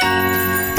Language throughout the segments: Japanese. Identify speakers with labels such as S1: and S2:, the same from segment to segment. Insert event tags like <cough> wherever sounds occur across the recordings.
S1: トー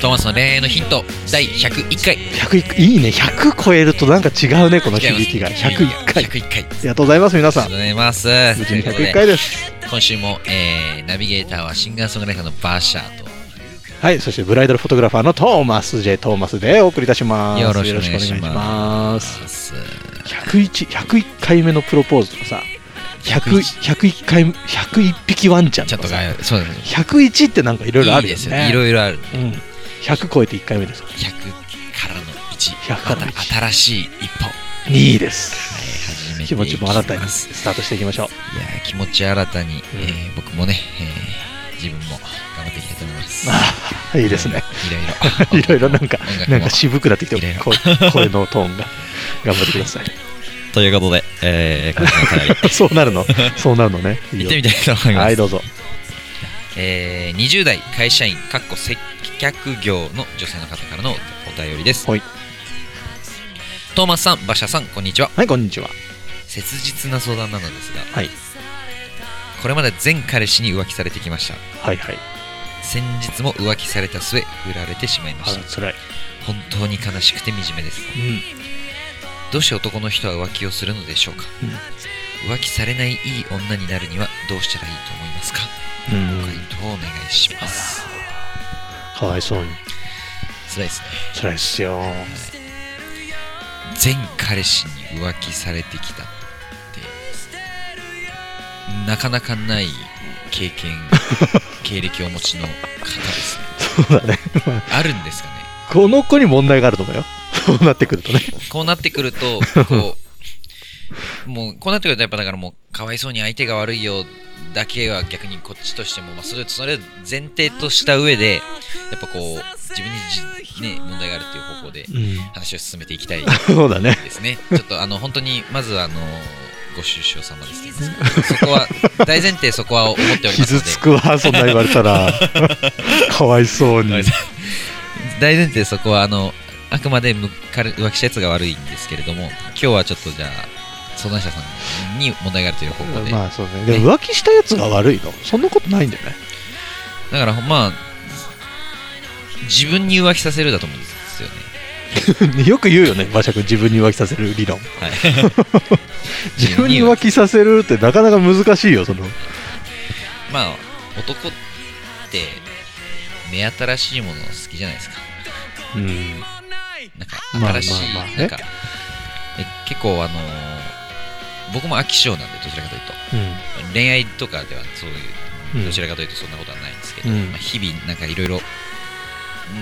S2: トーマスの恋愛のヒント第101回
S3: 100いいね、100超えるとなんか違うね、この響きが。101回。あ
S2: 101回あり
S3: りがとうございます、皆さ
S2: が
S3: ん
S2: とう。ございます
S3: 無事に101回です。
S2: 今週も、えー、ナビゲーターはシンガーソングライターのバーシャーと
S3: はい、そしてブライダルフォトグラファーのトーマス J. トーマスでお送りいたします。
S2: よろしくお願いします
S3: よろくお願いします
S2: す
S3: 101、101回目のプロポーズとかさ、100 101回、101匹ワンちゃん
S2: ちょ
S3: と
S2: っ
S3: か
S2: と
S3: さ、
S2: がそうだね
S3: 101ってなんかいろいろあるよ
S2: いいですよねい
S3: ね。
S2: ろいろある
S3: うん100超えて1回目です。
S2: 100からの
S3: 100
S2: 1
S3: か
S2: ま
S3: らの1
S2: た新しい一歩、
S3: 2位で
S2: え
S3: す。
S2: ー始めていき
S3: 気
S2: ま
S3: 持
S2: す
S3: ちも新たに
S2: い
S3: スタートしていきましょう。
S2: やー気持ち新たに、
S3: うん
S2: えー僕もね、えー自分も頑張っていきたいと思います
S3: ああ、いいですね。
S2: いろい
S3: <laughs> い
S2: ろ
S3: ろいろなんか
S2: 音楽、も
S3: なんか渋くなってきて
S2: いろいろ
S3: こ声のトーンが。頑張ってください。
S2: ということで、えー、今回
S3: <laughs>
S2: のお便り
S3: そうなるのそうなるのね。いい
S2: 行ってみ
S3: よ
S2: たいと思います、
S3: はい、どうぞ。
S2: えー、20代会社員かっこ接客業の女性の方からのお便りです、
S3: はい
S2: トーマスさん馬車さんこんにちは
S3: はい、こんにちは。
S2: 切実な相談なのですが
S3: はい。
S2: これまで全彼氏に浮気されてきました
S3: はいはい。
S2: 先日も浮気された末振られてしまいま
S3: あ
S2: し
S3: ら、
S2: た
S3: つらい。
S2: 本当に悲しくて惨めです
S3: うん。
S2: どうして男の人は浮気をするのでしょうか、浮気されないいい女になるにはどうしたらいいと思いますか
S3: うん
S2: ご回答をお願いします
S3: かわいそうに。
S2: 辛いですね
S3: つらいっすよ。
S2: 全彼氏に浮気されてきたってなかなかない経験経歴をお持ちの方ですね
S3: そうだね。まあ
S2: あるんですかね
S3: この子に問題があると思うよ。そうなってくるとね。
S2: こうなってくるとこうもうこうなってくるとやっぱだからもうかわいそうに相手が悪いよだけは逆にこっちとしても、まあ、それそれを前提とした上でやっぱこう自分にじ、ね、問題があるっていう方向で
S3: うん。
S2: 話を進めていきたい
S3: そうだね。
S2: ですね。ちょっとあの本当にまずはあのご愁傷様です、ね。そこは大前提そこは思っております
S3: 傷
S2: の
S3: つくわ、そんな言われたら。かわいそうに
S2: で。。大前提そこはあのあくまでむ彼浮気したやつが悪いんですけれども、今日はちょっとじゃあ相談者さんに問題があるという方向で、
S3: まあそうね。でも浮気したやつが悪いのそんなことないんだよね。
S2: だからまあ自分に浮気させるだと思うんですよね。
S3: <laughs> よく言うよね、馬車君、自分に浮気させる理論。 <laughs>
S2: はい。
S3: 自分に浮気させるってなかなか難しいよ、その。
S2: まあ男って目新しいもの好きじゃないですか。
S3: うん。
S2: なんか
S3: まあ
S2: 新しい、
S3: まあまあね
S2: なんか、え結構あのー僕も飽き性なんで、どちらかというと、恋愛とかではそういう、どちらかというとそんなことはないんですけど、
S3: うん
S2: まあ、日々なんかいろいろ、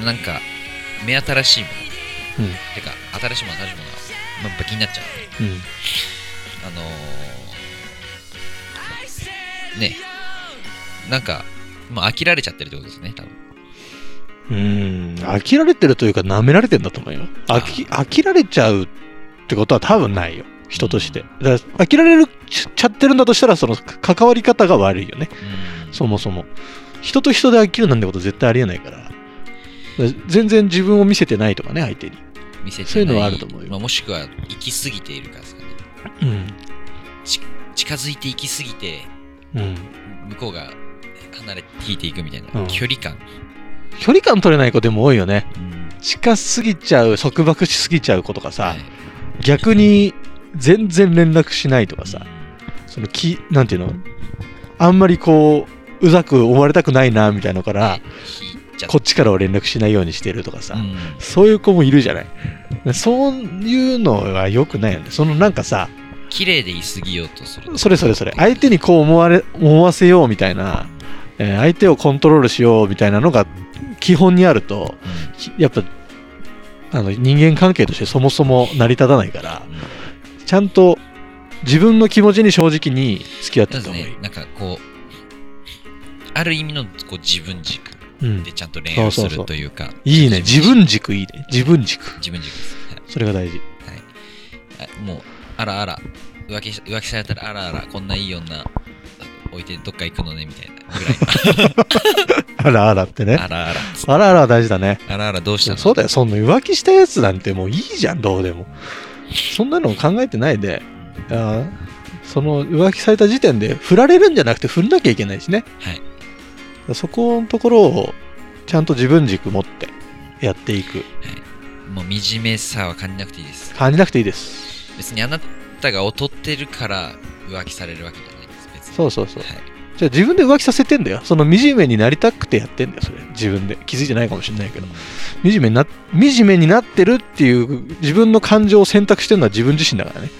S2: なんか目新しいもの、
S3: うん
S2: てか新しいもの、新しいものが、まあ、やっぱ気になっちゃうんで、
S3: うん。
S2: あのーね、なんか、まあ、飽きられちゃってるってことですね、多分。
S3: うん。飽きられてるというか、舐められてんだと思うよ。飽き、飽きられちゃうってことは多分ないよ。人として。だから飽きられるちゃってるんだとしたら、その関わり方が悪いよね。
S2: うん
S3: そもそも。人と人で飽きるなんてこと絶対ありえないから。だから全然自分を見せてないとかね、相手に。
S2: 見せてない
S3: そういうのはあると思うよ
S2: まあ、もしくは、行き過ぎているかですかね。
S3: うん。
S2: 近づいていきすぎて
S3: うん。
S2: 向こうが離れて引いていくみたいな、
S3: うん
S2: 距離感、
S3: 距離感取れない子でも多いよね。近すぎちゃう、束縛しすぎちゃう子とかさ。
S2: はい
S3: 逆に全然連絡しないとかさそのきなんていうのあんまりこううざく思われたくないなみたいのから
S2: 引いちゃっ
S3: こっちからは連絡しないようにしてるとかさ、
S2: た、うん
S3: そういう子もいるじゃないそういうのは良くないよねそのなんかさ
S2: 綺麗でいすぎようとする
S3: それそれそれ相手にこう思われ思わせようみたいな、えー相手をコントロールしようみたいなのが基本にあるときやっぱあの人間関係としてそもそも成り立たないから
S2: うんうん
S3: ちゃんと自分の気持ちに正直に付き合って
S2: そう
S3: た
S2: です
S3: 方がいい。
S2: ねなんかこうある意味のこう自分軸
S3: うん
S2: でちゃんと恋愛をす
S3: そうそうそ
S2: る
S3: う
S2: というか
S3: いいね。自分軸いいね。自分軸。
S2: 自分軸です、
S3: それが大事。 <laughs>
S2: はいはいあもうあらあら浮気し浮気されたらあらあらこんないい女置いてどっか行くのねみたいなぐ
S3: あらあらって
S2: らい
S3: ね。
S2: あらあら
S3: あらあらは大事だね。
S2: あらあらどうしたの
S3: そうだよ、そんな浮気したやつなんてもういいじゃん、どうでも。そんなの考えてないで、あーその浮気された時点で振られるんじゃなくて振んなきゃいけないしね。
S2: はい
S3: そこのところをちゃんと自分軸持ってやっていく。
S2: もう惨めさは感じなくていいです
S3: 感じなくていいです。
S2: 別にあなたが劣ってるから浮気されるわけじゃないです別に
S3: そうそうそう。
S2: はい
S3: じゃあ自分で浮気させてんだよ。その惨めになりたくてやってんだよ、それ。自分で。気づいてないかもしれないけど。惨めにな、惨めになってるっていう自分の感情を選択してるのは自分自身だからね。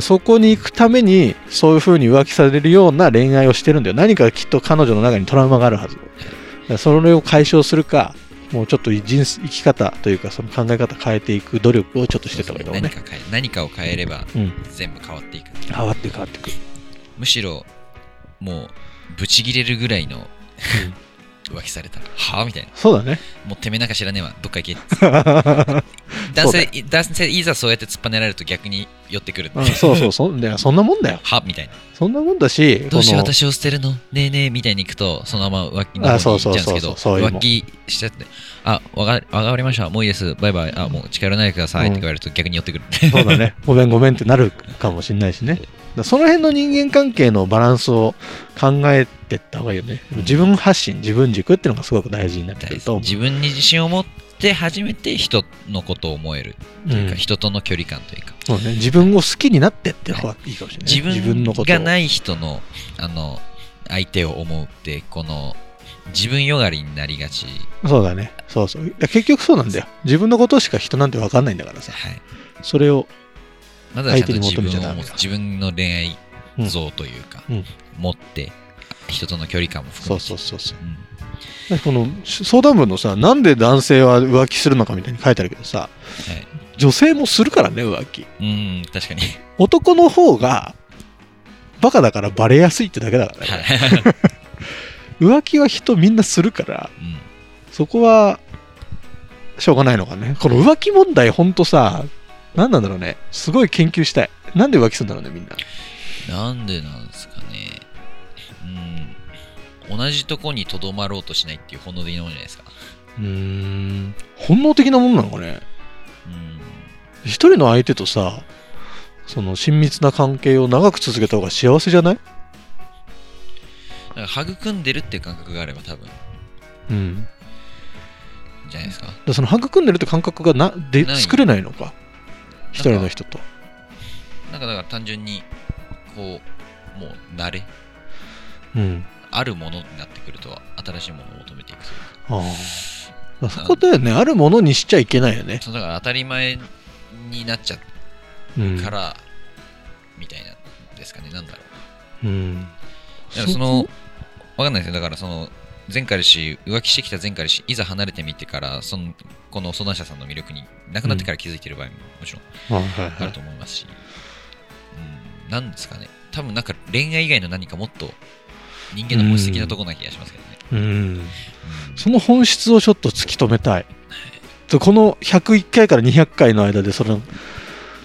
S3: そこに行くために、そういう風に浮気されるような恋愛をしてるんだよ。何かきっと彼女の中にトラウマがあるはず。だからそれを解消するか、もうちょっと人生生き方というか、その考え方変えていく努力をちょっとしてた方がいいかも
S2: 何
S3: ね。
S2: か変え何かを変えれば
S3: うん。
S2: 全部変わっていく
S3: 変わって変わってくる。
S2: むしろもうブチギレるぐらいの浮気されたらはあみたいな
S3: そうだね。
S2: もうてめえなんか知らねえわどっか
S3: <laughs>
S2: 行け
S3: う
S2: 男性い男性いざそうやって突っぱねられると逆に寄ってくるって
S3: んそうそう <laughs> そんだよ、そんなもんだよ。
S2: はみたいな
S3: そんなもんだし、
S2: どうして
S3: この
S2: 私を捨てるのねえねえみたいに行くとそのまま浮気の
S3: あ
S2: 方
S3: そ
S2: に行っち
S3: う
S2: ゃ
S3: そ
S2: うんですけ
S3: うそうそ
S2: ど
S3: うそういうの
S2: 浮気しちゃってあわかわかりましたもういいですバイバイあもう近寄らないでくださいって言われると逆に寄ってくる
S3: そうだね。ごめんごめんってなるかもしれないしね。だからその辺の人間関係のバランスを考えてった方がいいよね。自分発信、自分軸っていうのがすごく大事になってくる <laughs> と思
S2: 自分に自信を持って初めて人のことを思える
S3: う。
S2: という
S3: う
S2: か
S3: ん
S2: 人との距離感というか
S3: そうね、自分を好きになってって方がいいかもしれない
S2: 自
S3: ね。
S2: 分
S3: のことを
S2: がない人のあの相手を思うってこの自分よがりになりがち、
S3: そうだね。そうそう。いや結局そうなんだよ。自分のことしか人なんて分かんないんだからさ。
S2: はい、
S3: それを、
S2: まずはちゃんと
S3: 相手に
S2: 自
S3: 求めちゃ
S2: 分
S3: ダ
S2: を
S3: メ
S2: 持つ
S3: だ
S2: 自分の恋愛像というか、
S3: うんうん
S2: 持って人との距離感も含
S3: そう
S2: めて
S3: そうそうそう。
S2: うん
S3: だからこの相談文のさ、なんで男性は浮気するのかみたいに書いてあるけどさ、
S2: はい
S3: 女性もするからね、浮気。
S2: うん確かに、
S3: 男の方がバカだからバレやすいってだけだから、ね
S2: はい
S3: 浮気は人みんなするから
S2: うん
S3: そこはしょうがないのかねこの浮気問題ほんとさ何なんだろうねすごい研究したいなんで浮気するんだろうねみんな
S2: なんでなんですかねうん同じとこにとどまろうとしないっていう本能的なもんじゃないですか
S3: うーん本能的なもんなのかね
S2: うん
S3: 一人の相手とさその親密な関係を長く続けた方が幸せじゃない
S2: だから育んでるっていう感覚があれば多分
S3: うん
S2: じゃないですか
S3: だからその育んでるって感覚がなで
S2: ない
S3: 作れないのか一人の人と
S2: なんかだから単純にこうもう慣れ
S3: うん
S2: あるものになってくると新しいものを求めていくというか
S3: ああそこだよねあるものにしちゃいけないよね、
S2: そうだから当たり前になっちゃっ
S3: うん
S2: たから、みたいなんですかねなんだろう
S3: うん
S2: だからそのわかんないですよだからその前彼氏浮気してきた前彼氏いざ離れてみてからそのこの相談者さんの魅力になくなってから気づいてる場合ももちろん
S3: そこはいはい
S2: あ
S3: は
S2: る
S3: い
S2: と思いますし、うん、なんですかね多分なんか恋愛以外の何かもっと人間の本質的なところな気がしますけどね、
S3: うん
S2: うん
S3: その本質をちょっと突き止めたいとこの101回から200回の間でその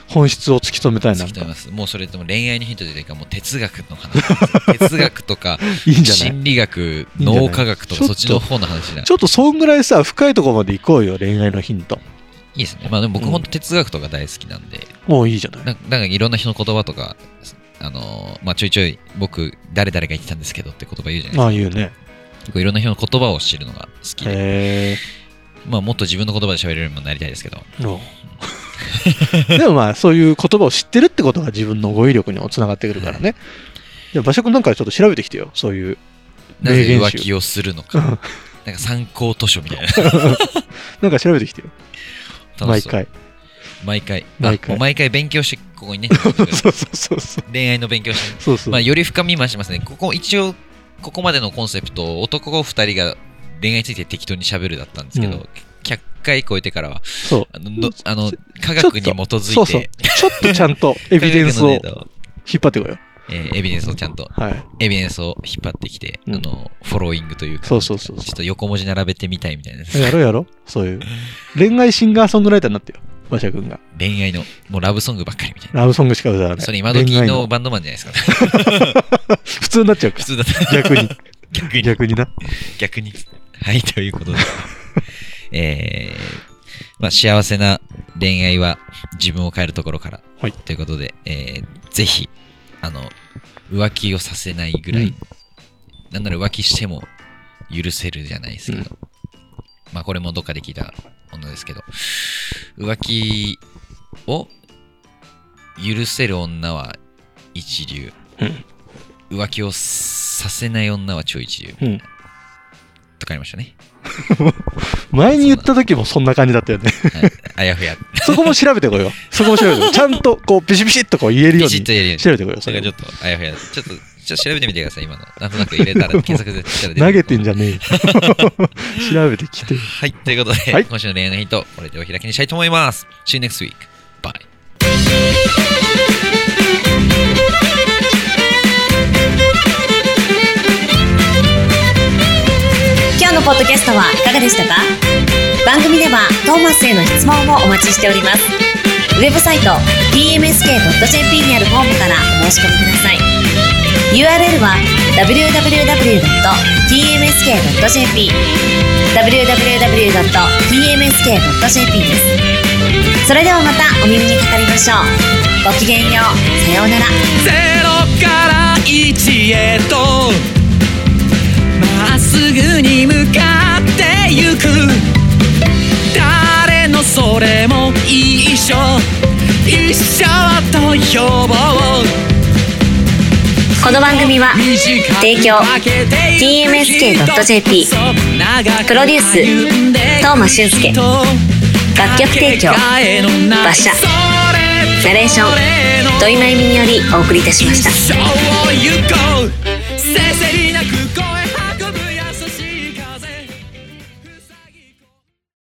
S3: 本質を突き止めたい
S2: 突
S3: なん
S2: き
S3: か
S2: 止めますもうそれとも恋愛のヒントというかもう哲学の
S3: <laughs>
S2: 話哲学とか
S3: いいんじゃない
S2: 心理学
S3: いいんじゃない
S2: 脳科学と
S3: ち
S2: か
S3: ょっ
S2: そ
S3: と
S2: っちの方の話だい
S3: ちょっとそんぐらいさ深いところまで行こうよ恋愛のヒント
S2: いですねまあでも
S3: う
S2: 僕
S3: ん
S2: 本当哲学とか大好きなんで、
S3: もういいじゃない
S2: ななんかいろんな人の言葉とかあのーまあちょいちょい僕誰々が言ってたんですけどって言葉言うじゃない
S3: ああいう
S2: で
S3: ね
S2: すかいろんな人の言葉を知るのが好きで、
S3: へえ
S2: まあもっと自分の言葉で喋れるようにもなりたいですけど <laughs>
S3: おうでもまあそういう言葉を知ってるってことが自分の語彙力にもつながってくるからねじゃあ馬車君なんかちょっと調べてきてよそういう
S2: なぜ
S3: 名言
S2: 浮
S3: 集
S2: 気をするの
S3: <laughs> うん
S2: かなんか参考図書みたいな
S3: なんか調べてきてよ。
S2: 楽
S3: 毎
S2: しそう
S3: 回。
S2: 毎回あ
S3: 毎回
S2: もう毎回勉強してここにね
S3: <laughs> そうそうそうそう。
S2: 恋愛の勉強して
S3: そうそう。
S2: まあ、より深み増しますね。ここ、一応、ここまでのコンセプト、男2人が恋愛について適当に喋るだったんですけど、
S3: うん
S2: 100回超えてからは、
S3: そう
S2: あの、のあの
S3: ちょ
S2: 科学に基づいて、
S3: そうそう。ちょっとちゃんとエビデンスを
S2: 科
S3: 引
S2: 学のデータを
S3: っ張ってこ
S2: <laughs>
S3: いよ。
S2: えーエビデンスをちゃんと、
S3: はい。
S2: エビデンスを引っ張ってきて、
S3: うん
S2: あの、フォローイングというか、
S3: そうそうそうそ
S2: ちょっと横文字並べてみたいみたいな。
S3: う。やろうやろうそういう。恋愛シンガーソングライターになってよ。馬車君が。
S2: 恋愛の、もうラブソングばっかりみたいな。
S3: ラブソングしか歌わない。
S2: それ今時
S3: 恋愛
S2: のバンドマンじゃないですかね。 <laughs>
S3: 普通になっちゃうか
S2: 普。通だったら <laughs>
S3: 逆に。
S2: 逆に。
S3: 逆にな。
S2: 逆に。はい、という
S3: <laughs>
S2: ことで。えー、まあ、幸せな恋愛は自分を変えるところから。
S3: はい
S2: ということで、えー、ぜひ、あの、浮気をさせないぐらい、
S3: うん
S2: なんなら浮気しても許せるじゃないですけど、まあ、これもどっかで聞いたものですけど、浮気を許せる女は一流。浮気をさせない女は超一流。
S3: うん
S2: とかありましたね。
S3: 前に言った時もそんな感じだったよね。
S2: はい、あやふや。
S3: そこも調べて
S2: <laughs>
S3: こいよ。そこも調べてこい。ちゃんとこう、ビシビシッとこう言えるよ
S2: ビ
S3: う
S2: シッ
S3: に
S2: と。やるように
S3: 調べてこいよ、
S2: そ
S3: そ
S2: れ
S3: れ
S2: がちょっとあやふや。ちょっと、ちょっと調べてみてください、今の。なんとなく入れたら、検索したら出てくる
S3: 投げてんじゃねえよ。
S2: <laughs>
S3: <laughs> 調べてきて。
S2: はい、ということで、
S3: はい
S2: 今週の恋愛のヒント、これでお開きにしたいと思います。See you next week. Bye.
S1: 今日のポッドキャストはいかがでしたか番組ではトーマスへの質問もお待ちしておりますウェブサイト tmsk.jp にあるフォームからお申し込みください URL は www.tmsk.jp www.tmsk.jp ですそれではまたお耳にかかりましょうごきげんようさようなら
S4: ゼロから1へとまっすぐに向かってゆく誰のそれも一緒一緒と呼ぼう
S1: この番組は提供 TMSK.jp プロデュース東間俊介楽曲提供馬車ナレーション土井真由美によりお送りいたしました
S4: 一生を行こうせせり